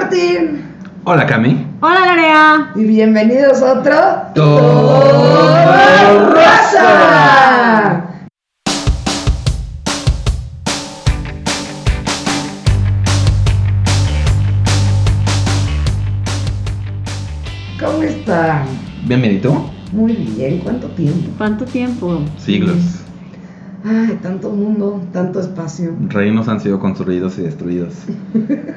Martín. Hola, Cami. Hola Lorea. Y bienvenidos a otro Todo Rosa. ¿Cómo están? Bienvenido. Muy bien, ¿cuánto tiempo? ¿Cuánto tiempo? Siglos. Ay, tanto mundo, tanto espacio. Reinos han sido construidos y destruidos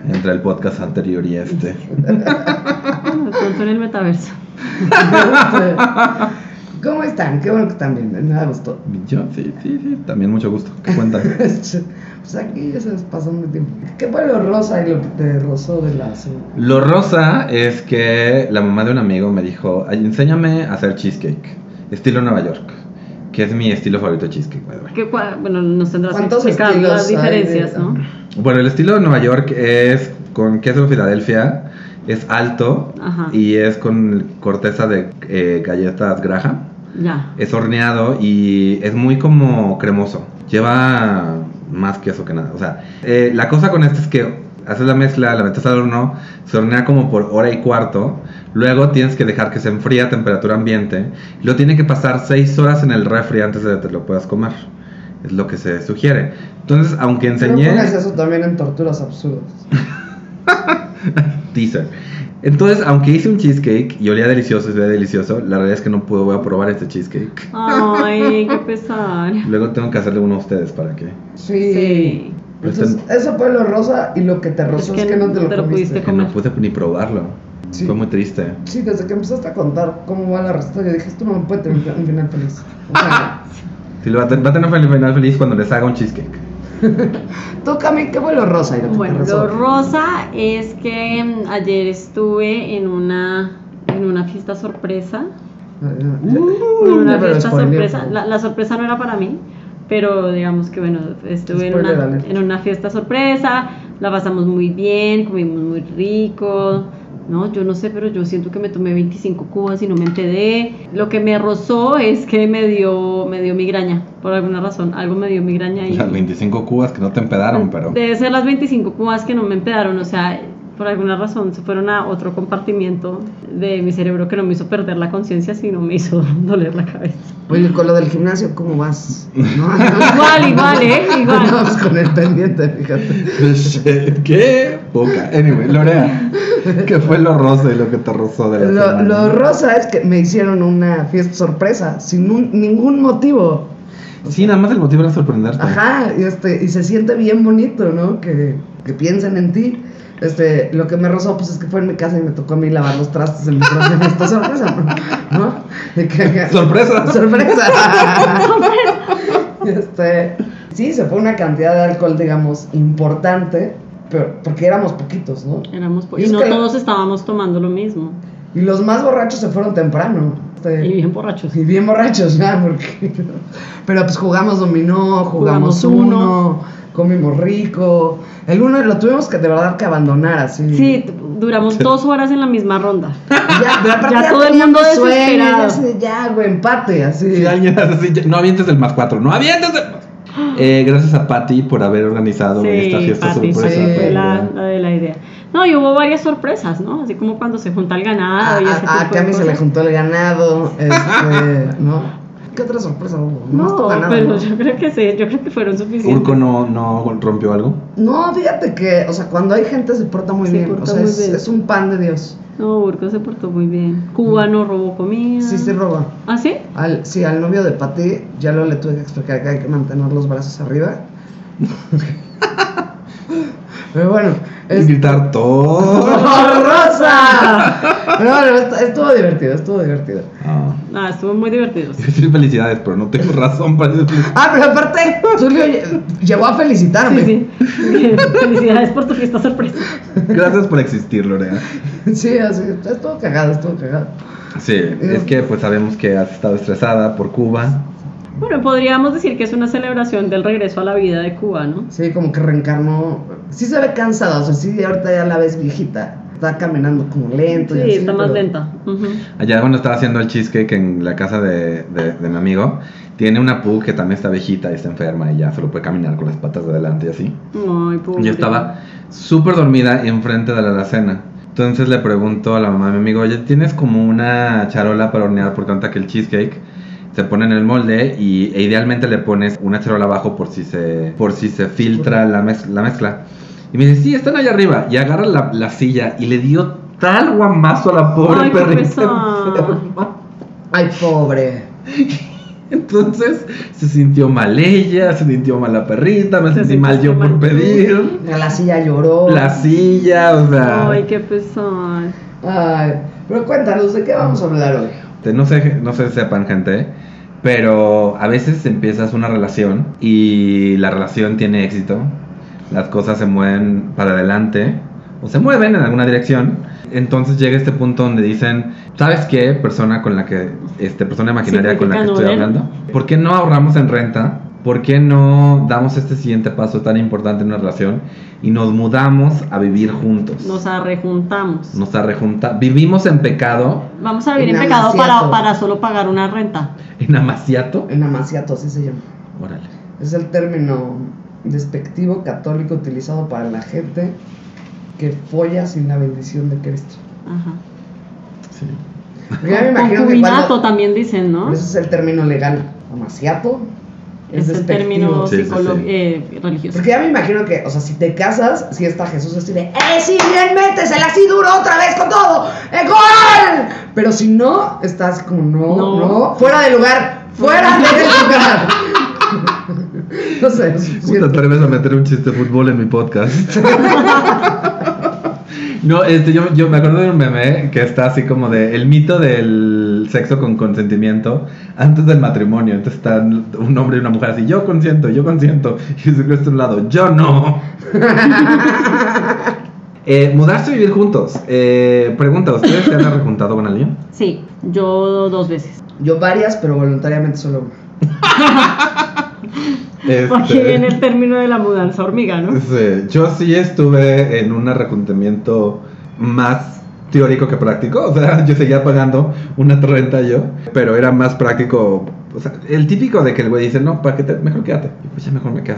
entre el podcast anterior y este. Bueno, con todo el metaverso. ¿Cómo están? Qué bueno que están bien, me da gusto. Yo, sí, sí, sí. También mucho gusto. ¿Qué cuentan? Pues aquí ya se les pasó un tiempo. ¿Qué fue lo rosa y lo que te rozó de la azul? Lo rosa es que la mamá de un amigo me dijo, "Ay, enséñame a hacer cheesecake, estilo Nueva York, que es mi estilo favorito de cheesecake, by the way. ¿Qué, cua- bueno, nos tendrás que ¿Cuántos explicar las estilos hay de- diferencias, ¿no? Bueno, el estilo de Nueva York es con queso de Filadelfia, es alto Ajá. y es con corteza de eh, galletas Graham. Ya. Es horneado y es muy como cremoso. Lleva más queso que nada. O sea, eh, la cosa con esto es que haces la mezcla, la metes al horno, se hornea como por hora y cuarto. Luego tienes que dejar que se enfríe a temperatura ambiente. y Luego tiene que pasar 6 horas en el refri antes de que te lo puedas comer. Es lo que se sugiere. Entonces, aunque Pero enseñé... pones eso también en torturas absurdas. Teaser. Entonces, aunque hice un cheesecake y olía delicioso y se veía delicioso, la realidad es que no pude, voy a probar este cheesecake. Ay, qué pesar. Luego tengo que hacerle uno a ustedes para que... Sí. Sí. Entonces, eso fue lo rosa y lo que te rozó es que, no te lo, comiste. pudiste que no comer. pude ni probarlo. Sí. Fue muy triste. Sí, desde que empezaste a contar cómo va la receta, yo dije, esto no me puede terminar un final feliz. O sea, Sí, lo va, a ten- va a tener un final feliz cuando les haga un cheesecake. tú, Cami, ¿qué fue lo rosa y lo que Bueno, te rozó? lo rosa es que mm, ayer estuve en una en una fiesta sorpresa. Uh, Con una no, pero fiesta spoiler. sorpresa. La, la sorpresa no era para mí, pero digamos que bueno, estuve en Spoiler una, alert. en una fiesta sorpresa, la pasamos muy bien, comimos muy rico. No, yo no sé, pero yo siento que me tomé 25 cubas y no me enteré. Lo que me rozó es que me dio, me dio migraña, por alguna razón. Algo me dio migraña y... Las 25 cubas que no te empedaron, pero... Debe ser las 25 cubas que no me empedaron, o sea, por alguna razón se fueron a otro compartimiento de mi cerebro que no me hizo perder la conciencia, sino me hizo doler la cabeza. Oye, con lo del gimnasio, ¿cómo vas? ¿No? Igual, igual, ¿eh? Igual. Vamos con el pendiente, fíjate. ¡Qué poca! Anyway, Lorea, ¿qué fue lo rosa y lo que te rozó de la Lo, semana? lo rosa es que me hicieron una fiesta sorpresa, sin un- ningún motivo. Sí, nada más el motivo era sorprenderte. Ajá, y, este, y se siente bien bonito, ¿no? Que, que piensen en ti. Este, lo que me rozó, pues es que fue en mi casa y me tocó a mí lavar los trastes en mi propia fiesta sorpresa, ¿no? De que- ¡Sorpresa! ¡Sorpresa! este, sí, se fue una cantidad de alcohol, digamos, importante, pero, porque éramos poquitos, ¿no? Éramos po- Y y es no que- todos estábamos tomando lo mismo. Y los más borrachos se fueron temprano. Este, Y bien borrachos. Y bien borrachos ya, porque. Pero pues jugamos dominó, jugamos, Jugamos uno, uno. comimos rico. El uno lo tuvimos que de verdad que abandonar así. Sí, t- duramos dos horas en la misma ronda. Ya, pero aparte Ya todo el teníamos mundo sueño, desesperado. ya así de, Ya, güey, empate, así. Sí, alguien así, ya- no avientes el más cuatro, no avientes el más. Eh, gracias a Patty por haber Ah, organizado Sí, esta fiesta Pati, sí, sorpresa. fue la, ¿verdad? la de la idea. No, y hubo varias sorpresas, ¿no? Así como cuando se junta el a, ganado Ah, y ese a, ah, a tipo de Cami se le cosas. juntó el ganado, este, ¿no? ¿Qué otra sorpresa hubo? No, estuvo No, ganado, pero ¿no? yo creo que sí, yo creo que fueron suficientes. Urco no, no rompió algo. No, fíjate que, o sea, cuando hay gente se porta muy Se bien. o porta sea, muy es, bien. es un pan de Dios. No, Urco se portó muy bien. Cuba no robó comida. Sí, se roba. ¿Ah, sí? Al, sí, al novio de Patty ya lo le tuve que explicar que hay que mantener los brazos arriba. Pero bueno, Y es gritar todo. horrorosa. Pero bueno, est- estuvo divertido, estuvo divertido. Ah. Ah, estuvo muy divertido. Iba a decir felicidades, pero no tengo razón para decir felicidades. Ah, pero aparte, Julio lle- llegó a felicitarme. Sí, sí. Bien, Felicidades por tu fiesta sorpresa. Gracias por existir, Lorea. Sí, así, estuvo cagado, estuvo cagado. Sí, es que pues sabemos que has estado estresada por Cuba. Bueno, podríamos decir que es una celebración del regreso a la vida de Cuba, ¿no? Sí, como que reencarnó. Sí se ve cansada, o sea, sí, ahorita ya la ves viejita. Está caminando como lento. Sí, y así, está más pero- lenta. Ujú. Allá cuando estaba haciendo el cheesecake en la casa de, de- de mi amigo, tiene una pug que también está viejita y está enferma y ya solo puede caminar con las patas de adelante y así. Ay, pobre. Yo estaba súper dormida enfrente de la alacena. Entonces le pregunto a la mamá de mi amigo, oye, ¿tienes como una charola para hornear por tanta que el cheesecake? Se pone en el molde y, e idealmente le pones una charola abajo por si se, por si se filtra la, mez- la mezcla. Y me dice, sí, están allá arriba. Y agarra la, la silla y le dio tal guamazo a la pobre Ay, qué perrita pesar. enferma. Ay, pobre. Entonces se sintió mal ella, se sintió mal la perrita, me Se sentí mal yo sentiste por mal tú. pedir. La silla lloró. La silla, o sea. Ay, qué pesar. Ay, pero cuéntanos, ¿de qué vamos a hablar hoy? Te- No sé, no sé si sepan, gente, pero a veces empiezas una relación y la relación tiene éxito. Las cosas se mueven para adelante o se mueven en alguna dirección. Entonces llega este punto donde dicen, ¿sabes qué? Persona con la que, este, persona imaginaria con la que estoy Significando, ¿eh? hablando. ¿Por qué no ahorramos en renta? ¿Por qué no damos este siguiente paso tan importante en una relación y nos mudamos a vivir juntos? Nos arrejuntamos. Nos arrejunta, vivimos en pecado, Vamos a vivir En en pecado Amaciato. para, para solo pagar una renta. en amaciato. En amaciato, así se llama. Órale. Es el término despectivo católico utilizado para la gente que folla sin la bendición de Cristo. Ajá. Sí. Porque ya me imagino que Concubinato cuando- también dicen, ¿no? Ese es el término legal. Amaciato es, Es el despectivo. término Sí, sí, psicolo- sí. eh, religioso. Porque ya me imagino que, o sea, si te casas, si está Jesús así de, ¡eh, sí, bien, métesela así duro otra vez con todo! ¡Eh, gol! Pero si no, estás como, no, no, No. fuera de lugar, fuera de lugar. no sé, ¿Cómo te siento. atreves a meter un chiste de fútbol en mi podcast? No, este, yo, yo me acuerdo de un meme que está así como de el mito del sexo con consentimiento antes del matrimonio. Entonces están un hombre y una mujer así, yo consiento, yo consiento. Y Jesucristo a un lado, yo no. Eh, mudarse y vivir juntos. Eh, pregunta, ¿ustedes se han rejuntado con alguien? Sí, yo dos veces. Yo varias, pero voluntariamente solo una. Porque Este- viene el término de la mudanza hormiga, ¿no? Sí, yo sí estuve en un arrejuntamiento más teórico que práctico. O sea, yo seguía pagando una torrenta yo, pero era más práctico. O sea, el típico de que el güey dice, no, ¿para qué te- Mejor quédate. Y pues ya mejor me quedo.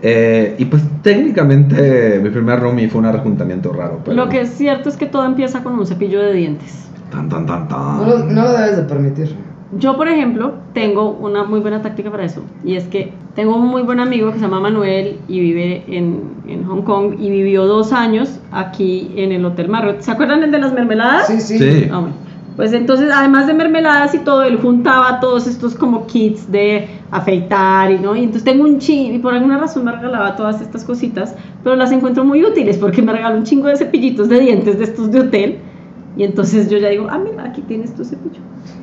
Eh, y pues técnicamente mi primer roomie fue un arrejuntamiento raro. Pero Lo que es cierto es que todo empieza con un cepillo de dientes. Tan, tan, tan, tan. No lo, no lo debes de permitir. Yo, por ejemplo, tengo una muy buena táctica para eso. Y es que tengo un muy buen amigo que se llama Manuel y vive en, en Hong Kong y vivió dos años aquí en el Hotel Marriott. ¿Se acuerdan el de las mermeladas? Sí, sí. Sí. Ah, bueno. Pues entonces, además de mermeladas y todo, él juntaba todos estos como kits de afeitar y no. Y entonces tengo un chingo, y por alguna razón me regalaba todas estas cositas, pero las encuentro muy útiles porque me regaló un chingo de cepillitos de dientes de estos de hotel. Y entonces yo ya digo, ah, mira, aquí tienes tu cepillo.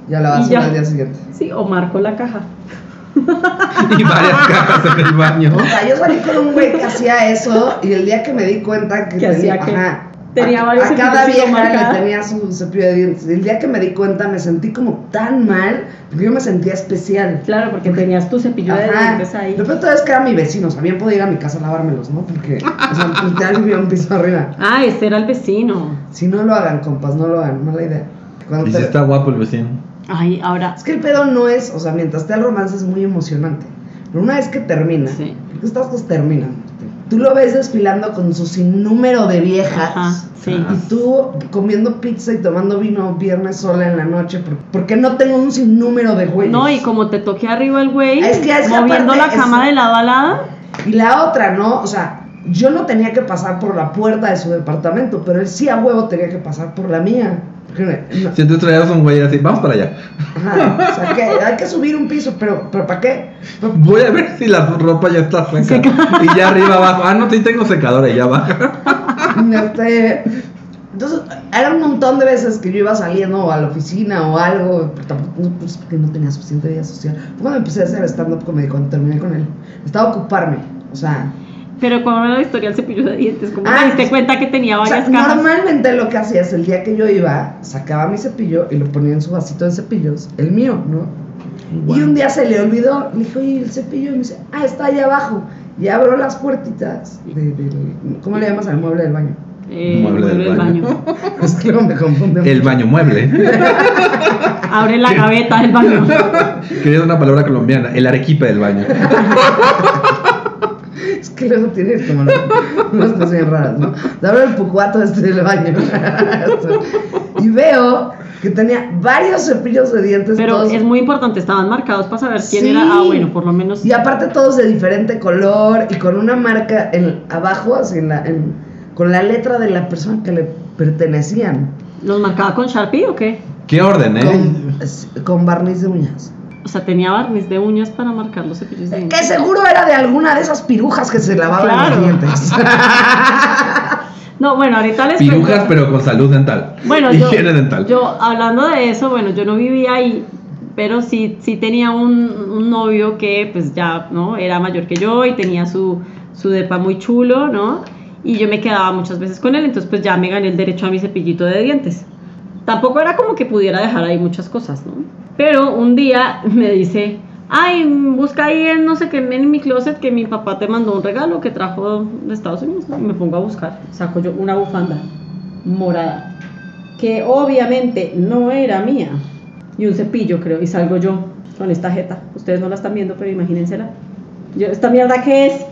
Ya la vas Y a ya. al día siguiente. Sí, o marco la caja. Y varias cajas en el baño. O sea, yo salí con un güey que hacía eso y el día que me di cuenta que, Que hacía que ajá, tenía a- varios a cada cepillos vieja marcados. le tenía su cepillo de dientes. El día que me di cuenta me sentí como tan mal porque yo me sentía especial. Claro, porque tenías tu cepillo de Ajá. dientes ahí. Lo peor todavía es que era mi vecino, o sea, bien podía ir a mi casa a lavármelos, ¿no? Porque, o sea, literal vivía un piso arriba. Ah, ese era el vecino. Si no lo hagan, compas, no lo hagan, mala idea. Cuando Y te- sí está guapo el vecino. Ay, ahora. Es que el pedo no es, o sea, mientras está el romance es muy emocionante. Pero una vez que termina, Sí. porque estas cosas terminan. Martín. Tú lo ves desfilando con su sinnúmero de viejas. Ajá, sí. Ah. Y tú comiendo pizza y tomando vino viernes sola en la noche. por- Porque no tengo un sinnúmero de güeyes. No, y como te toqué arriba el güey, Es que es que moviendo aparte la cama es- de lado a lado. Y la otra, ¿no? O sea, yo no tenía que pasar por la puerta de su departamento, pero él sí a huevo tenía que pasar por la mía. Porque no- Si tú traías un güey así, vamos para allá. ajá, o sea, que hay que subir un piso, pero, pero ¿para qué? Voy a ver si la ropa ya está seca. Y ya arriba abajo. Ah, no, sí tengo secadora y ya baja. Este, entonces, era un montón de veces que yo iba saliendo a la oficina o algo, pero tampoco, no, pues, porque no tenía suficiente vida social. Fue Cuando empecé a hacer stand-up comedy, cuando terminé con él, estaba a ocuparme. O sea, Pero cuando era la historia del cepillo de dientes, ¿cómo Ah, te diste cuenta que tenía o sea, varias cajas? normalmente lo que hacía es el día que yo iba, sacaba mi cepillo y lo ponía en su vasito de cepillos, el mío, ¿no? Y un día se le olvidó, le dije, oye, el cepillo, y me dice, ah, está allá abajo. Y abro las puertitas, de- del- ¿cómo le llamas al mueble del baño? Eh, Mueble del mueble del baño. baño. Es que luego me confunden. El baño mueble, Abre la gaveta del baño. quería una palabra colombiana, el arequipe del baño. Es que luego tiene como unas- unas cosas bien raras, ¿no? De abro el pucuato este del baño. y veo que tenía varios cepillos de dientes. Pero todos- es muy importante, estaban marcados para saber quién Sí. era. Ah, bueno, por lo menos. Y aparte todos de diferente color y con una marca en, abajo, así en la, en- con la letra de la persona que le pertenecían. ¿Los marcaba con Sharpie o qué? ¿Qué orden, eh? Con, es- con barniz de uñas. O sea, tenía barniz de uñas para marcar los cepillos de Que dientes. seguro era de alguna de esas pirujas que se lavaban Claro. los dientes. No, bueno, ahorita les cuento. Pirujas, pero con salud dental. Bueno, yo, Higiene dental. yo hablando de eso, bueno, yo no vivía ahí, pero sí, sí tenía un, un novio que pues ya, ¿no? Era mayor que yo y tenía su, su depa muy chulo, ¿no? Y yo me quedaba muchas veces con él, entonces pues ya me gané el derecho a mi cepillito de dientes. Tampoco era como que pudiera dejar ahí muchas cosas, ¿no? Pero un día me dice, ay, busca ahí en no sé qué, en mi closet que mi papá te mandó un regalo que trajo de Estados Unidos. ¿no? Y Me pongo a buscar, saco yo una bufanda morada que obviamente no era mía, y un cepillo, creo, y salgo yo con esta jeta. Ustedes no la están viendo, pero imagínensela. Yo, ¿esta mierda qué es?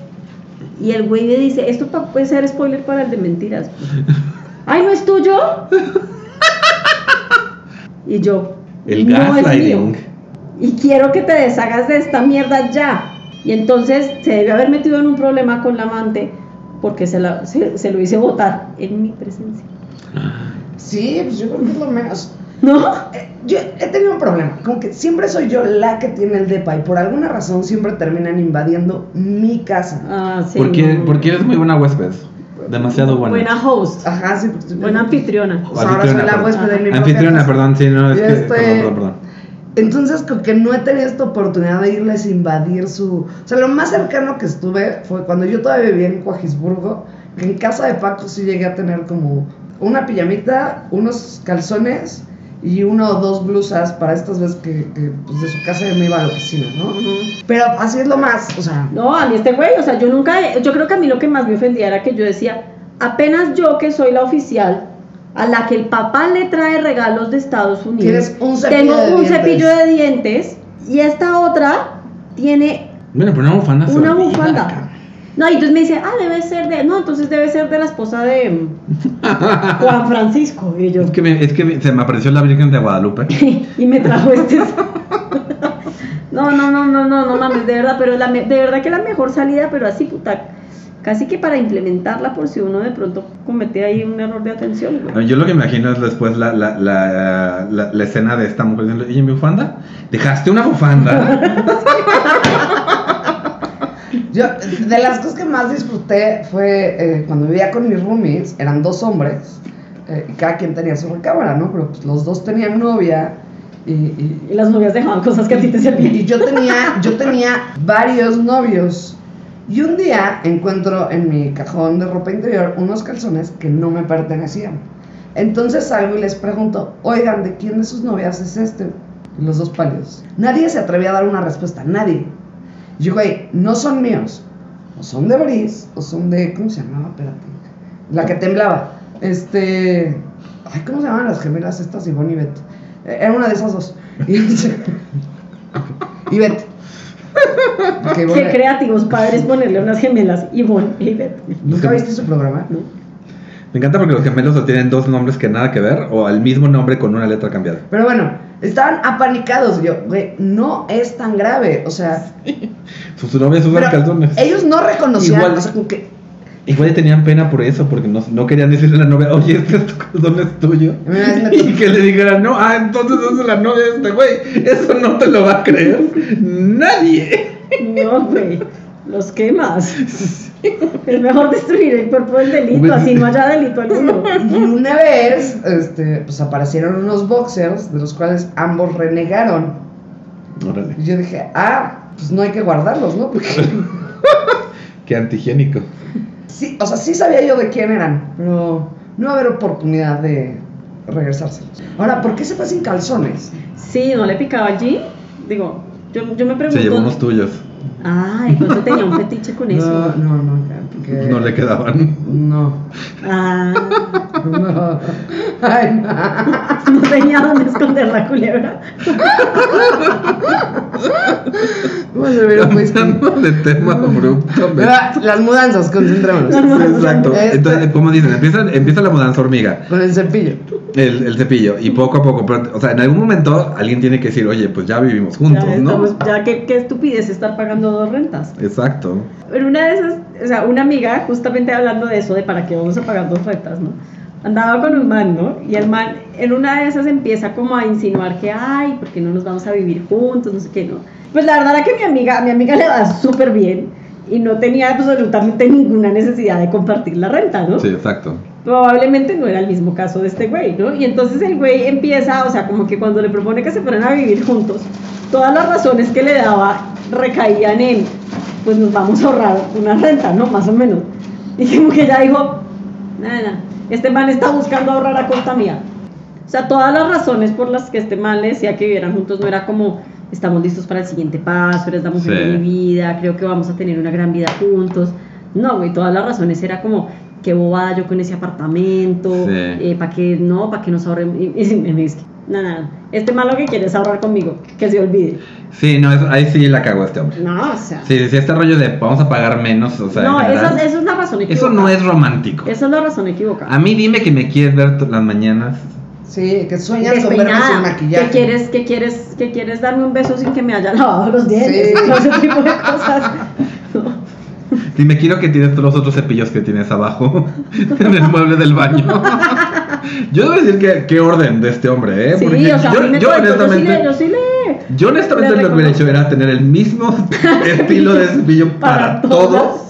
Y el güey me dice, esto pa- puede ser spoiler para el de mentiras. ¡Ay, no es tuyo! y yo, El "No es gaslighting. mío. Y quiero que te deshagas de esta mierda ya. Y entonces se debe haber metido en un problema con la amante porque se, la- se- se lo hice votar en mi presencia. sí, pues yo creo que es lo menos. ¿No? Eh, Yo he tenido un problema, como que siempre soy yo la que tiene el depa y por alguna razón siempre terminan invadiendo mi casa. Ah, sí. porque, no. porque eres muy buena huésped. Demasiado buena. Buena host, Ajá, sí. pues, buena anfitriona. O sea, pues ahora soy la huésped de mi propia Anfitriona, casa. perdón, sí, no, es Yo que. estoy- Perdón, perdón, perdón. Entonces, como que no he tenido esta oportunidad de irles a invadir su. O sea, lo más cercano que estuve fue cuando yo todavía vivía en Coajisburgo, que en casa de Paco sí llegué a tener como una pijamita, unos calzones y una o dos blusas para estas veces que, que, pues, de su casa yo me iba a la oficina, ¿no? Pero así es lo más, o sea. No, a mí este güey, o sea, yo nunca, yo creo que a mí lo que más me ofendía era que yo decía, apenas yo que soy la oficial, a la que el papá le trae regalos de Estados Unidos, Tienes un cepillo tengo de un dientes. cepillo de dientes y esta otra tiene Bueno, pero una bufanda. se una olvida, bufanda. cabrón. No, y entonces me dice, ah, debe ser de, no, entonces debe ser de la esposa de mm, Juan Francisco. Y yo, Es que, me- es que me- se me apareció la Virgen de Guadalupe. y me trajo este. No, no, no, no, no, no mames, de verdad, pero la me- de verdad que la mejor salida, pero así puta, casi que para implementarla por si uno de pronto comete ahí un error de atención. güey. Yo lo que me imagino es después la, la, la, la, la escena de esta mujer diciendo, ¿y mi bufanda? ¿Dejaste una bufanda? Yo, de las cosas que más disfruté fue eh, cuando vivía con mis roomies, eran dos hombres, eh, y cada quien tenía su recámara, ¿no? Pero pues, los dos tenían novia y- y, Y las novias dejaban cosas que a ti te servían. Y yo tenía, yo tenía varios novios. Y un día encuentro en mi cajón de ropa interior unos calzones que no me pertenecían. Entonces salgo y les pregunto, oigan, ¿de quién de sus novias es este? Y Los dos pálidos. Nadie se atrevía a dar una respuesta, nadie. Y yo, güey, no son míos. O son de Bris, o son de, ¿cómo se llamaba? Espérate. La que temblaba. Este... Ay, ¿cómo se llamaban las gemelas estas? Ivonne y Beth. Eh, Era una de esas dos. Y, y Beth. Porque Qué Ivonne- creativos padres ponerle unas gemelas, Ivonne y Beth. ¿Nunca viste su programa? ¿no? me encanta porque los gemelos o tienen dos nombres que nada que ver o al mismo nombre con una letra cambiada. Pero bueno, estaban apanicados. Y Yo, güey, no es tan grave. O sea, Sus novias usan pero calzones. ellos no reconocían. Igual. O sea, como que Igual y tenían pena por eso, porque no, no querían decirle a la novia, oye, este es tu calzón es tuyo. A mí una vez me Y que le dijeran, no, ah, entonces es de la novia de este güey. Eso no te lo va a creer nadie. No, güey, los quemas. Es mejor destruir el cuerpo del delito, así no haya delito alguno. Y una vez, este, pues aparecieron unos boxers de los cuales ambos renegaron. Órale, Y yo dije, ah, pues no hay que guardarlos, ¿no? Porque qué antihigiénico. sí, o sea, sí sabía yo de quién eran, pero no va a haber oportunidad de regresárselos. Ahora, ¿por qué se fue sin calzones? Sí, no le picaba allí. Digo, yo, yo me Se pregunto. llevó unos tuyos. Ay, Ah, ¿cuánto tenía un fetiche con No, eso? no, no, ya, porque... No le quedaban. No, Ah, no. Ay, no. no tenía dónde esconder la culebra. Vamos a ver un pues, whisky. Cambiando de tema abruptamente. Ah, Mira, pues, Ah, Las mudanzas, concentrémonos. Exacto. Esto- Entonces, como dicen, empieza, empieza la mudanza hormiga, Con el cepillo. el, el cepillo, y poco a poco, pero, o sea, en algún momento alguien tiene que decir, oye, pues ya vivimos juntos, ya, ¿no? estamos- ya qué, qué estupidez estar pagando dos rentas. Exacto. Pero una de esas, o sea, una amiga, justamente hablando de eso, de para qué vamos a pagar dos rentas, ¿no? Andaba con un man, ¿no? Y el man, en una de esas empieza como a insinuar que, ay, ¿por qué no nos vamos a vivir juntos? No sé qué, ¿no? Pues la verdad era que mi amiga, a mi amiga le va súper bien y no tenía absolutamente ninguna necesidad de compartir la renta, ¿no? Sí, exacto. probablemente no era el mismo caso de este güey, ¿no? Y entonces el güey empieza, o sea, como que cuando le propone que se fueran a vivir juntos, todas las razones que le daba recaían en, pues nos vamos a ahorrar una renta, ¿no? Más o menos. Y como que ya dijo, nada, este man está buscando ahorrar a costa mía. O sea, todas las razones por las que este man le decía que vivieran juntos no era como, estamos listos para el siguiente paso, eres la mujer Sí. de mi vida, creo que vamos a tener una gran vida juntos. No, güey, todas las razones era como, qué bobada yo con ese apartamento, Sí. para que no, para que nos ahorremos. Y, y me dice, no, no, este man lo que quiere es ahorrar conmigo, que se olvide. Sí, no, eso- ahí sí la cagó este hombre. No, o sea, Sí, sí, este rollo de vamos a pagar menos, o sea, no, en esa, general, esa es la razón eso equivocada. no es romántico. Esa es la razón equivocada. A mí dime que me quieres ver t- las mañanas. Sí, que sueñas con verme sin Despeinada, maquillaje. que quieres, que quieres, que quieres darme un beso sin que me haya lavado los dientes, Sí. todo ese tipo de cosas. Dime, quiero que tienes todos los otros cepillos que tienes abajo en el mueble del baño. Yo debo decir que qué orden de este hombre, ¿eh? Sí, Porque o sea, a yo, mí me yo cuento, honestamente... yo sí le, yo sí le- Yo honestamente Le lo que hubiera reconozco. hecho era tener el mismo estilo de cepillo para, Para todos. todas.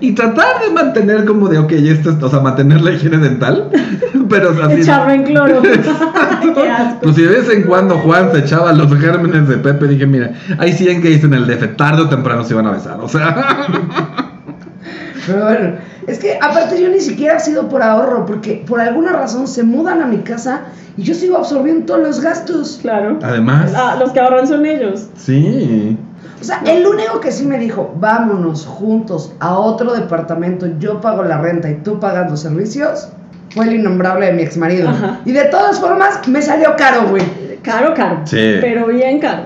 Y tratar de mantener como de, ok, esto es, o sea, mantener la higiene dental, pero así... Echarlo en cloro. Qué asco. Pues si de vez en cuando Juan se echaba los gérmenes de Pepe, dije, mira, hay 100 gays en el DF, tarde o temprano se iban a besar, o sea... Pero bueno, es que aparte yo ni siquiera ha sido por ahorro, porque por alguna razón se mudan a mi casa y yo sigo absorbiendo todos los gastos. Claro. Además, Ah, los que ahorran son ellos. sí, O sea, el único que sí me dijo, vámonos juntos a otro departamento, yo pago la renta y tú pagas los servicios, fue el innombrable de mi ex marido. Ajá. Y de todas formas, me salió caro, güey. Caro, caro. Sí. Pero bien caro.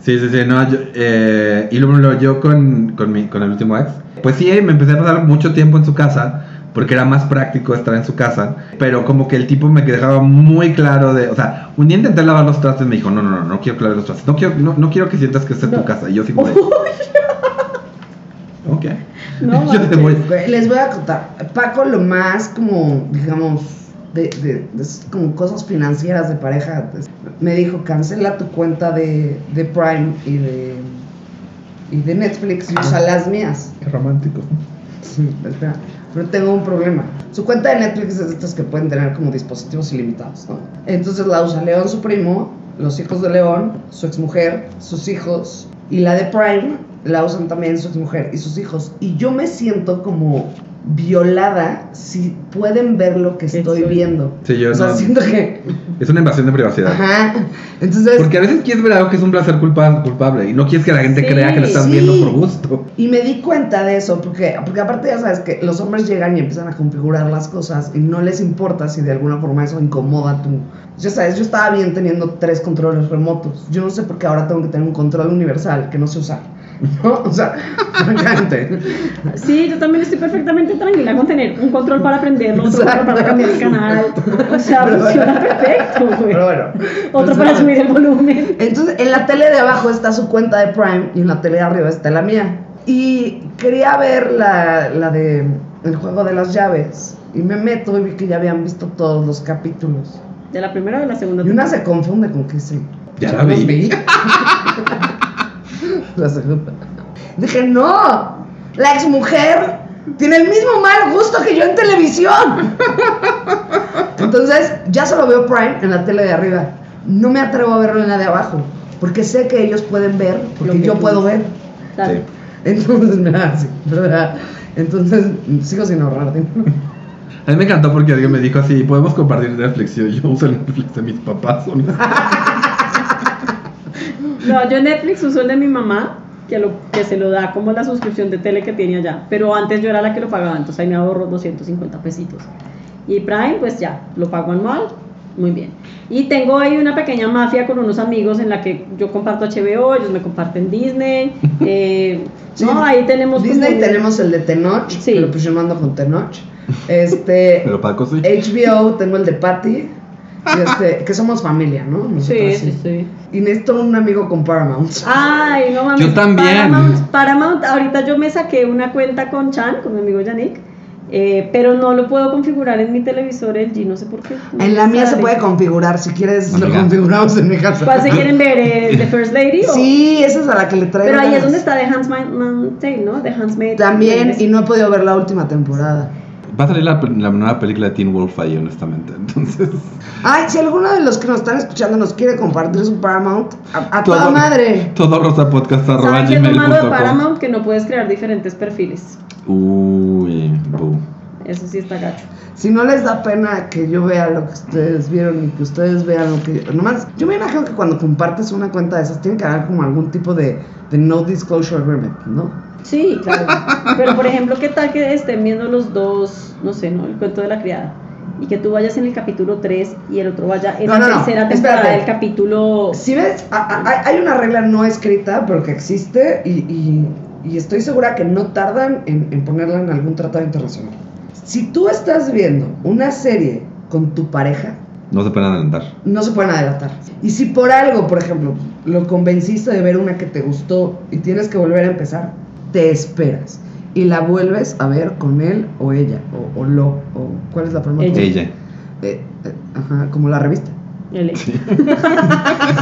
sí, sí, sí, no, yo, eh, y luego luego yo con, con, mi, con el último ex, pues sí, me empecé a pasar mucho tiempo en su casa, porque era más práctico estar en su casa, pero como que el tipo me dejaba muy claro de, o sea, un día intenté lavar los trastes, me dijo, no, no, no, no quiero que laves los trastes, no quiero, no, no quiero que sientas que esta es tu No. casa, y yo sí como de, ok, No, yo te voy, Güey, Les voy a contar, Paco lo más como, digamos, de, de- de s- como cosas financieras de pareja, es- me dijo, cancela tu cuenta de, de Prime y de, y de Netflix y usa las mías. qué romántico. Sí, espera, pero tengo un problema. Su cuenta de Netflix es de estas que pueden tener como dispositivos ilimitados, ¿no? Entonces la usa León, su primo, los hijos de León, su exmujer, sus hijos, y la de Prime la usan también su exmujer y sus hijos. Y yo me siento como violada si pueden ver lo que estoy Estoy- viendo. Sí, yo o sea, no. siento que... Es una invasión de privacidad. Ajá. Entonces... Porque a veces quieres ver algo que es un placer culpa- culpable y no quieres que la gente Sí, crea que lo estás sí. viendo por gusto. Y me di cuenta de eso, porque, porque aparte ya sabes que los hombres llegan y empiezan a configurar las cosas y no les importa si de alguna forma eso incomoda tu... Ya sabes, yo estaba bien teniendo tres controles remotos. Yo no sé por qué ahora tengo que tener un control universal que no sé usar. ¿No? O sea, francamente. Sí, yo también estoy perfectamente tranquila con tener un control para prenderlo, otro Exacto. control para cambiar el canal. O sea, funciona perfecto, güey. Pero bueno. pues Otro para Entonces, subir el volumen. Entonces, en la tele de abajo está su cuenta de Prime y en la tele de arriba está la mía. Y quería ver la, la de El juego de las llaves. Y me meto y vi que ya habían visto todos los capítulos. De la primera o de la segunda. Y una se confunde con que sí. Ya la los vi. la segunda. Dije, no, la exmujer tiene el mismo mal gusto que yo en televisión. Entonces, ya solo veo Prime en la tele de arriba. No me atrevo a verlo en la de abajo, porque sé que ellos pueden ver, porque Lo que yo tú puedo ver. Claro. Sí. Entonces, nada, sí, ¿verdad? Entonces, sigo sin ahorrar ¿eh? dinero. A mí me encantó porque alguien me dijo así, podemos compartir Netflix y yo, yo uso el Netflix de mis papás. o no". No, yo Netflix uso el de mi mamá que, lo, que se lo da como la suscripción de tele que tiene allá. Pero antes yo era la que lo pagaba, entonces ahí me ahorro 250 pesitos. Y Prime, pues ya, lo pago anual, muy bien. Y tengo ahí una pequeña mafia con unos amigos en la que yo comparto HBO, ellos me comparten Disney. eh, Sí, no, ahí tenemos... Disney como- tenemos el de Tenoch, Sí. pero pues yo no ando con Tenoch. Este, Pero Paco sí. HBO tengo el de Patty, y este, que somos familia, ¿no? Sí, Nosotras, sí, sí. Ah, Y necesito un amigo con Paramount. Ay, no mames. Yo también. Paramount, Paramount, ahorita yo me saqué una cuenta con Chan, con mi amigo Yannick, eh, pero no lo puedo configurar en mi televisor el G, no sé por qué. No En la me mía se sale. puede configurar, si quieres lo Amiga. configuramos en mi casa. ¿Cuál se quieren ver? eh, ¿The First Lady? o- Sí, esa es a la que le traigo. Pero ahí es ganas. donde está The Handmaid's Tale, ¿no? The Handmaid's También, y no he podido ver la última temporada. Va a salir la, la nueva película de Teen Wolf ahí, honestamente. Entonces, Ay, si alguno de los que nos están escuchando nos quiere compartir su Paramount, a, a toda madre. Todo rosa podcast arroba ¿Sabes qué es lo malo de gmail.com. Paramount? Que no puedes crear diferentes perfiles. Uy, bu. Eso sí está gacho. Si no les da pena que yo vea lo que ustedes vieron y que ustedes vean lo que yo. Nomás, yo me imagino que cuando compartes una cuenta de esas, tiene que haber como algún tipo de, de no disclosure agreement, ¿no? Sí, claro. Pero por ejemplo, ¿qué tal que estén viendo los dos, no sé, ¿no? El cuento de la criada. Y que tú vayas en el capítulo 3 y el otro vaya en No, la no, no, tercera temporada espérate. del capítulo. Si ves, a- a- a- hay una regla no escrita, pero que existe y, y- y estoy segura que no tardan en, en ponerla en algún tratado internacional. Si tú estás viendo una serie con tu pareja, No se pueden adelantar. no se pueden adelantar. Y si por algo, por ejemplo, lo convenciste de ver una que te gustó y tienes que volver a empezar, te esperas y la vuelves a ver con él o ella o, o lo o cuál es la forma Ella. Ella. Eh, eh, ajá, como la revista. el-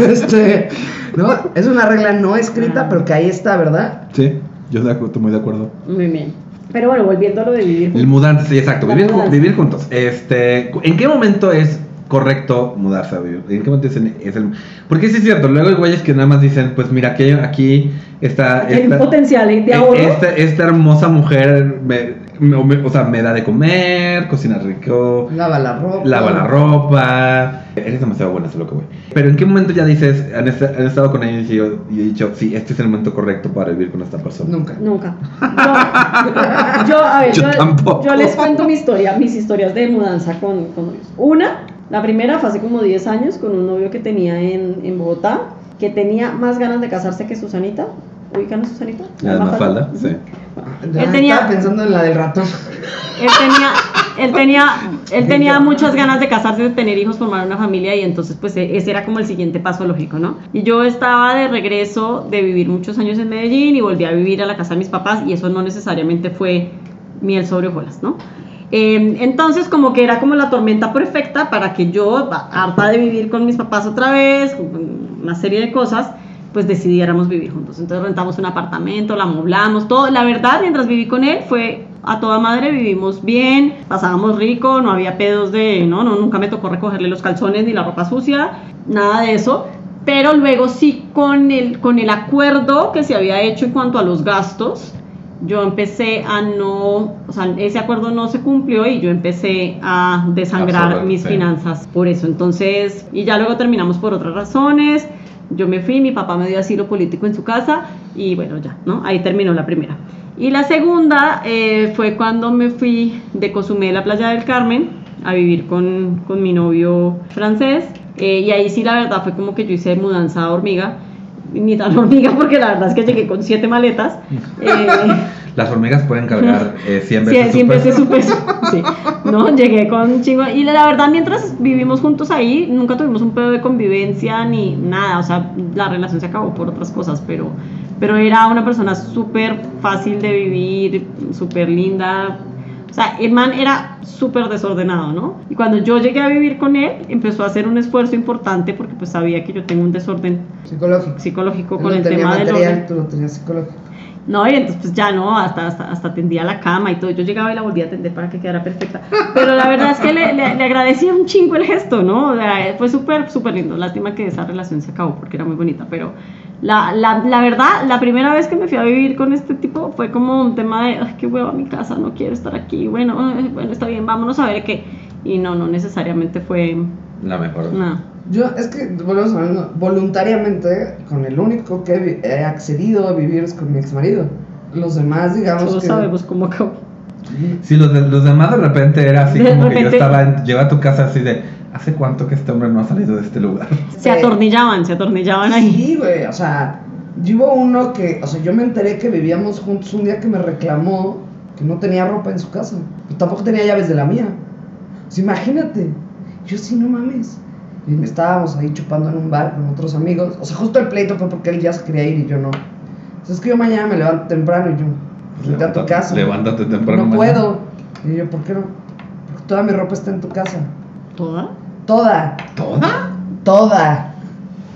Este, ¿no? Es una regla no escrita, Ah. pero que ahí está, ¿verdad? Sí, yo de acu- estoy muy de acuerdo. Muy bien. Pero bueno, volviendo a lo de vivir. El mudarse, sí, exacto. La Vivir, mudanza. vivir juntos. Este, cu- ¿En qué momento es correcto mudarse a vivir? ¿En qué momento es el...? es el- porque sí es cierto, luego hay güeyes que nada más dicen, pues mira, aquí, aquí está... Aquí hay un esta- potencial ¿eh? de Eh, ahorro. Esta, esta hermosa mujer me, me- me- o sea, me da de comer, cocina rico, Lava la ropa. lava la ropa. Eres demasiado buena, eso es lo que voy. Pero en qué momento ya dices, han, est- han estado con ellos y, yo- y he dicho, sí, este es el momento correcto para vivir con esta persona. Nunca. Nunca. Yo, yo, a ver, Yo yo, tampoco. yo les cuento mi historia, mis historias de mudanza con, con novios. Una, la primera fue hace como 10 años con un novio que tenía en, en Bogotá, que tenía más ganas de casarse que Susanita. ¿Ubican a Susanita? La de Mafalda, Ujú. sí. Ya Él tenía- Estaba pensando en la del ratón. Él tenía, él tenía, él tenía muchas ganas de casarse, de tener hijos, formar una familia y entonces pues e- ese era como el siguiente paso lógico, ¿no? Y yo estaba de regreso de vivir muchos años en Medellín y volví a vivir a la casa de mis papás y eso no necesariamente fue miel sobre hojuelas, ¿no? Eh, entonces como que era como la tormenta perfecta para que yo, a- harta de vivir con mis papás otra vez, con una serie de cosas, pues decidiéramos vivir juntos. Entonces rentamos un apartamento, la amoblamos, todo. La verdad, mientras viví con él fue a toda madre, vivimos bien, pasábamos rico, no había pedos de, no, no, nunca me tocó recogerle los calzones ni la ropa sucia, nada de eso. Pero luego sí con el, con el acuerdo que se había hecho en cuanto a los gastos, yo empecé a no, o sea, ese acuerdo no se cumplió y yo empecé a desangrar Absorber, mis sí. finanzas finanzas por eso. Entonces, y ya luego terminamos por otras razones. Yo me fui, mi papá me dio asilo político en su casa y bueno, ya, ¿no? Ahí terminó la primera. Y la segunda eh, fue cuando me fui de Cozumel a Playa del Carmen a vivir con, con mi novio francés. Eh, y ahí sí, la verdad, fue como que yo hice mudanza a hormiga. Ni tan hormiga porque la verdad es que llegué con siete maletas. Eh, Las hormigas pueden cargar eh, 100 Sí, veces. su siempre peso. es su peso. Sí. No, llegué con un chingo. Y la verdad, mientras vivimos juntos ahí, nunca tuvimos un pedo de convivencia ni nada. O sea, la relación se acabó por otras cosas, pero, pero era una persona súper fácil de vivir, súper linda. O sea, el man era súper desordenado, ¿no? Y cuando yo llegué a vivir con él, empezó a hacer un esfuerzo importante porque pues sabía que yo tengo un desorden Psicológico. psicológico Él con no el tenía tema del orden. material, tú lo tenías psicológico. No, y entonces pues ya no, hasta, hasta, hasta tendía la cama y todo. Yo llegaba y la volvía a tender para que quedara perfecta. Pero la verdad es que le, le, le agradecía un chingo el gesto, ¿no? O sea, fue súper, súper lindo. Lástima que esa relación se acabó porque era muy bonita. Pero la, la, la verdad, la primera vez que me fui a vivir con este tipo fue como un tema de, ay, qué hueva mi casa, no quiero estar aquí. Bueno, ay, bueno, está bien, vámonos a ver qué. Y no, no necesariamente fue La mejor. nada. Yo, es que, volvemos a lo mismo, voluntariamente, con el único que he vi- he accedido a vivir es con mi ex marido. Los demás, digamos Todos pues, que. sabemos cómo acabó. Sí, los, de- los demás de repente era así De como que yo repente- estaba, en- llegué a tu casa así de, ¿hace cuánto que este hombre no ha salido de este lugar? Se atornillaban, se atornillaban ahí. Sí, güey, o sea, yo hubo uno que, o sea, yo me enteré que vivíamos juntos un día que me reclamó que no tenía ropa en su casa, pero tampoco tenía llaves de la mía. O sea, imagínate, yo sí, no mames. Y me estábamos ahí chupando en un bar con otros amigos, o sea, justo el pleito fue porque él ya se quería ir y yo no. Entonces es que yo mañana me levanto temprano y yo, pues, vete a tu casa. Levántate temprano. No mañana. puedo. Y yo, ¿por qué no? Porque toda mi ropa está en tu casa. ¿Toda? Toda, ¿Toda? toda.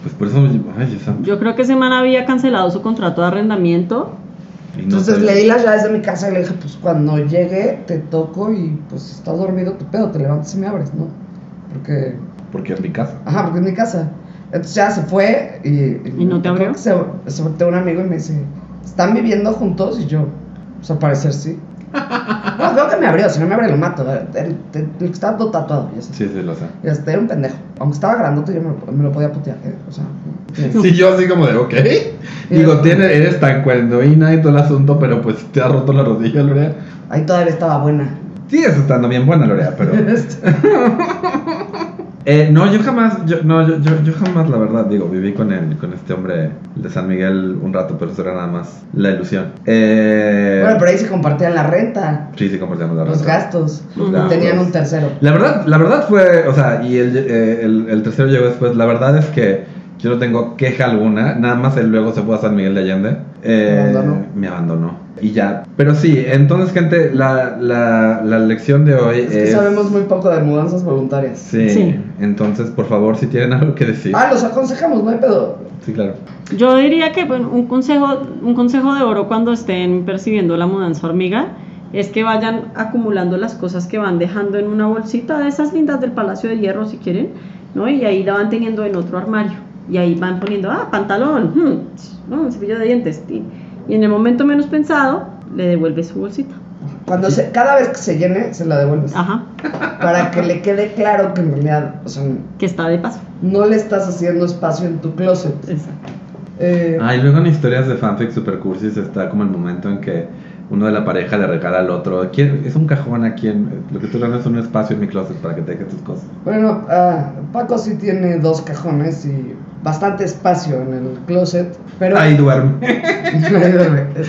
Pues por eso, ay, esa- Yo creo que ese man había cancelado su contrato de arrendamiento. y no Entonces sé. le di las llaves de mi casa y le dije, pues cuando llegue te toco y pues si estás dormido tu pedo, te levantas y me abres, ¿no? Porque, Porque es mi casa. ajá, porque es mi casa. Entonces ya se fue y... ¿Y no te creo abrió? que Se, se volteó un amigo y me dice, ¿están viviendo juntos? Y yo, pues al parecer sí. no, creo que me abrió, si no me abre lo mato. El, el- el que estaba todo tatuado, ya sé. Sí, sí, lo sé. Este era un pendejo. Aunque estaba grandote, yo me lo, me lo podía putear, ¿eh? O sea, no. Sí, yo así como de, ok. Digo, tiene, eres tan cuendoína y todo el asunto, pero pues te ha roto la rodilla, Lorea. ahí todavía estaba buena. Este, Sigues estando bien buena, Lorea, pero... Eh, no, yo jamás, yo, no, yo, yo, yo jamás, la verdad, digo, viví con él, con este hombre de San Miguel un rato, pero eso era nada más la ilusión. Eh, bueno, pero ahí se compartían la renta. Sí, sí, compartíamos la los renta. gastos. Los Y gastos. Tenían un tercero. La verdad, la verdad fue, o sea, y el, eh, el, el tercero llegó después, la verdad es que yo no tengo queja alguna, nada más él luego se fue a San Miguel de Allende. Eh, Me abandonó. Me abandonó. Y ya. Pero sí, entonces, gente, la, la, la lección de hoy Es que sabemos muy poco de mudanzas voluntarias. Sí, Sí. entonces, por favor, si tienen algo que decir. Ah, los aconsejamos, no hay pedo. Sí, claro. Yo diría que bueno, un, consejo, un consejo de oro cuando estén percibiendo la mudanza hormiga es que vayan acumulando las cosas que van dejando en una bolsita de esas lindas del Palacio de Hierro, si quieren, ¿no? Y ahí la van teniendo en otro armario. Y ahí van poniendo, ah, pantalón, hmm, mm, cepillo de dientes. Y, y en el momento menos pensado, le devuelve su bolsita. Cuando se, cada vez que se llene, se la devuelves. Ah. Ajá, Para que le quede claro que en realidad, o sea, que está de paso. no le estás haciendo espacio en tu closet. Exacto. Eh, Ah, y luego en historias de fanfic super cursis está como el momento en que uno de la pareja le regala al otro. "Quiero- Es un cajón aquí. En, lo que estoy dando es un espacio en mi closet para que te dejes tus cosas. Bueno, ah, Paco sí tiene dos cajones y bastante espacio en el closet. Pero. Ahí duerme. Ahí duerme. Es-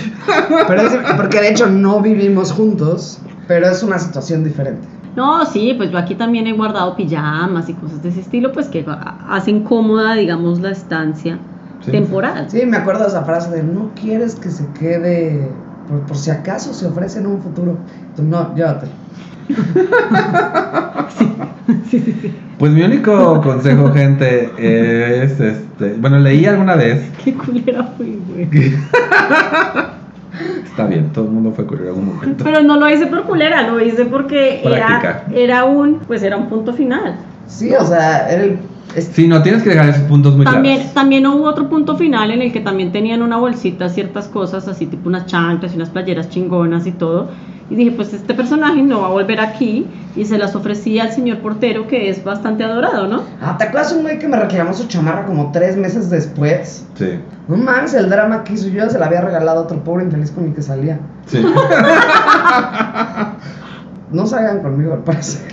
pero es- porque de hecho no vivimos juntos, pero es una situación diferente. No, sí, pues yo aquí también he guardado pijamas y cosas de ese estilo, pues que ha- hacen cómoda, digamos, la estancia Sí. temporal. Sí, me acuerdo de esa frase de no quieres que se quede por, por si acaso se ofrece en un futuro. Tú no, llévatelo. Pues mi único consejo, gente, es este. Bueno, leí alguna vez. Qué culera fui, güey. Está bien, todo el mundo fue curioso en algún momento. Pero no lo hice por culera, lo hice porque era, Práctica. era un, pues era un punto final. Sí, o sea, era el. este, es- Sí, no, tienes que dejar esos puntos muy También, claros. también hubo otro punto final en el que también tenían una bolsita, ciertas cosas, así tipo unas chanclas y unas playeras chingonas y todo. Y dije, pues este personaje no va a volver aquí. Y se las ofrecía al señor portero, que es bastante adorado, ¿no? Ah, ¿te acuerdas un güey que me reclamó su chamarra como tres meses después? Sí. No mames, el drama que hizo. Yo ya se la había regalado a otro pobre infeliz con el que salía. Sí. No salgan conmigo, al parecer.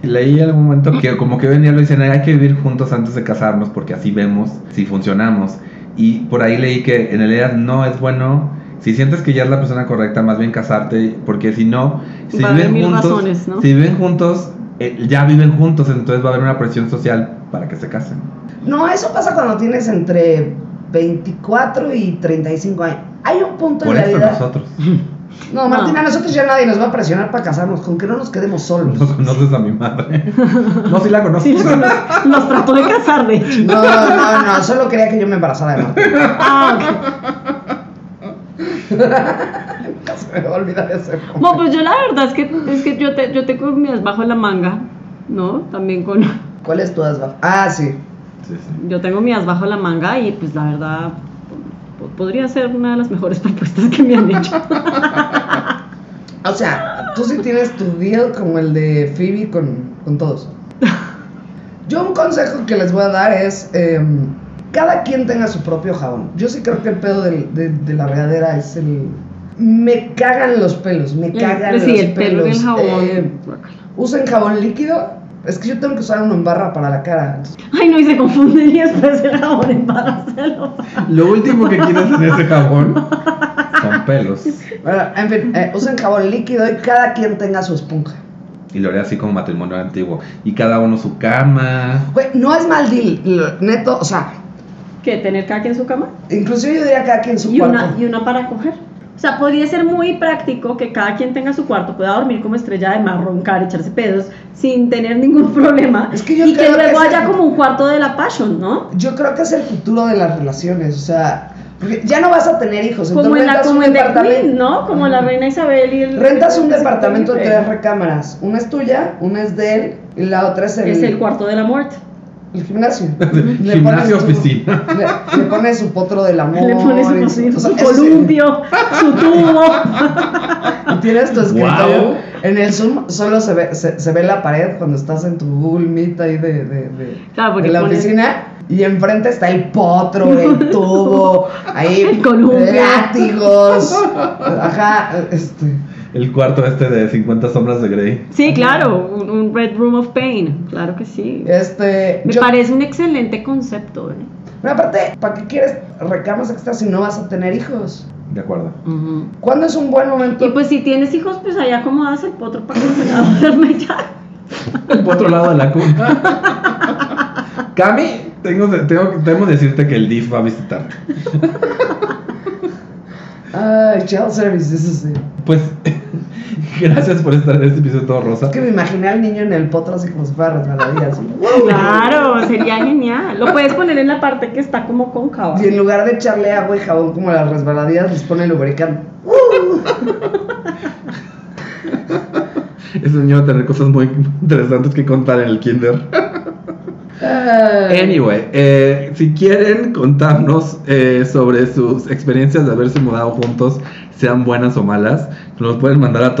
Leí en algún momento que como que hoy en día lo dicen, hay que vivir juntos antes de casarnos porque así vemos si funcionamos. Y por ahí leí que en realidad no es bueno, si sientes que ya es la persona correcta, más bien casarte, porque si no, si Va a haber mil razones, ¿no? si viven juntos, eh, ya viven juntos, entonces va a haber una presión social para que se casen. No, eso pasa cuando tienes entre 24 y 35 años. Hay un punto Por en la eso vida. nosotros. No, Martina, a nosotros ya nadie nos va a presionar para casarnos, con que no nos quedemos solos. No conoces a mi madre. No, si la Sí, conoces. los, los trató de casar, de hecho. No, no, no, solo quería que yo me embarazara de Martín. Ah, ok. Nunca se me va a olvidar ese momento. No, pues yo la verdad es que, es que yo, te, yo tengo mías bajo la manga, ¿no? También con... ¿Cuál es tu asba? Ah, sí. Sí, sí. Yo tengo mías bajo la manga y pues la verdad po- podría ser una de las mejores propuestas que me han hecho. O sea, tú sí tienes tu deal como el de Phoebe con, con todos. Yo un consejo que les voy a dar es, eh, cada quien tenga su propio jabón. Yo sí creo que el pedo del- de, de la regadera es el... Me cagan los pelos, me cagan sí, los el pelo pelos. y el jabón. Eh, usen jabón líquido. Es que yo tengo que usar uno en barra para la cara. Entonces, Ay, no, y se confunden y después el jabón embarazado. Lo último que quieres en ese jabón son pelos. bueno, en fin, eh, usen jabón líquido y cada quien tenga su esponja. Y lo haré así como matrimonio antiguo. Y cada uno su cama. Güey, no es mal deal, lo- neto, o sea, ¿Qué? ¿Tener cada quien su cama? inclusive yo diría cada quien su Y cuarto. una, y una para coger. O sea, podría ser muy práctico que cada quien tenga su cuarto, pueda dormir como estrella de mar, roncar, echarse pedos, sin tener ningún problema. Es que yo y que creo que luego ese- haya como un cuarto de la passion, ¿no? Yo creo que es el futuro de las relaciones, o sea, porque ya no vas a tener hijos, Como Pues entonces en la rentas como un en The departamento. Queen, ¿no? Como la reina Isabel y el... Rentas un el- el- departamento de el- tres recámaras. Una es tuya, una es de él y la otra es el, Es el cuarto de la muerte. el gimnasio. Le Gimnasio, pones su- oficina. Le, le pones su potro del amor. Le pones y- su, cocina, o sea, su eso sí. columpio, su tubo. Y Tienes tu escritorio. Guau. En el Zoom solo se ve, se, se ve la pared cuando estás en tu Google Meet ahí de, de, de- Claro, porque de la pones- oficina. Y enfrente está el potro, el tubo, ahí El columpio. látigos. Ajá, este. El cuarto este de 50 sombras de Grey. Sí, claro, un, un Red Room of Pain, claro que sí. Este. Me yo- parece un excelente concepto, ¿eh? Pero aparte, ¿para qué quieres recamas extras si no vas a tener hijos? De acuerdo. Ujú. ¿Cuándo es un buen momento? Y pues si tienes hijos, pues allá acomodas el potro para que no se duerme ya. Por otro lado de la cuna. Cami, tengo, tengo, tengo que decirte que el DIF va a visitar. Ay, child service, eso sí. Pues, gracias por estar en este episodio todo rosa. Es que me imaginé al niño en el potro así como si fuera resbaladilla. así. Claro, sería genial. Lo puedes poner en la parte que está como cóncava. Y en lugar de echarle agua y jabón como las resbaladillas, les pone lubricante. Ese niño va a tener cosas muy interesantes que contar en el kinder. Ay. Anyway, eh, si quieren contarnos eh, sobre sus experiencias de haberse mudado juntos, sean buenas o malas, nos pueden mandar a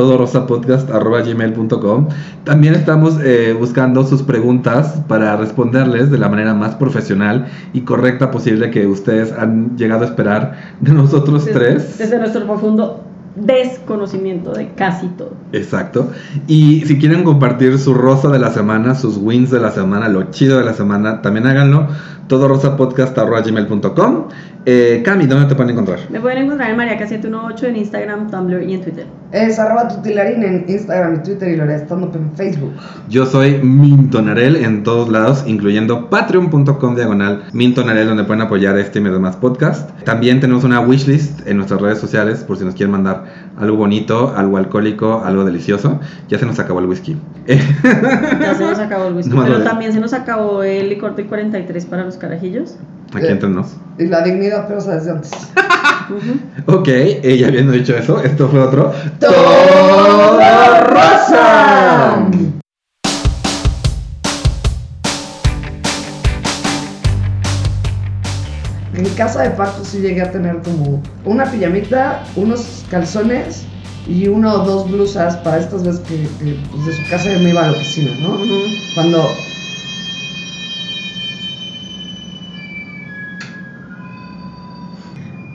todorosapodcast.com. También estamos eh, buscando sus preguntas para responderles de la manera más profesional y correcta posible que ustedes han llegado a esperar de nosotros Desde- tres. Desde nuestro profundo desconocimiento de casi todo. Exacto. Y si quieren compartir su rosa de la semana, sus wins de la semana, lo chido de la semana, también háganlo. Todo rosapodcast.com. Eh, Cami, ¿dónde te pueden encontrar? Me pueden encontrar en Mariaca718 en Instagram, Tumblr y en Twitter. Es arroba tutilarín en Instagram y Twitter y Lorea Stand Up en Facebook. Yo soy Mintonarel en todos lados, incluyendo patreon.com diagonal Mintonarel, donde pueden apoyar este y mis demás podcasts. También tenemos una wishlist en nuestras redes sociales por si nos quieren mandar algo bonito, algo alcohólico, algo delicioso. Ya se nos acabó el whisky. Eh, Ya se nos acabó el whisky, No, pero no, no. también se nos acabó el licor del 43 para los carajillos. Aquí Eh. entre nos. Y la dignidad, pero esa desde antes. Ujú. Ok, eh, ya habiendo dicho eso, esto fue otro. ¡Todo rosa! En casa de Paco sí llegué a tener como una pijamita, unos calzones y una o dos blusas para estas veces que, que, pues, de su casa yo me iba a la oficina, ¿no? Ujú. Cuando...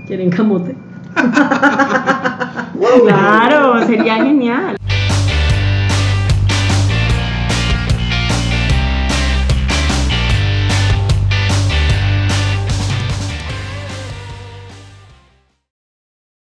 ¿Quieren camote? claro, sería genial.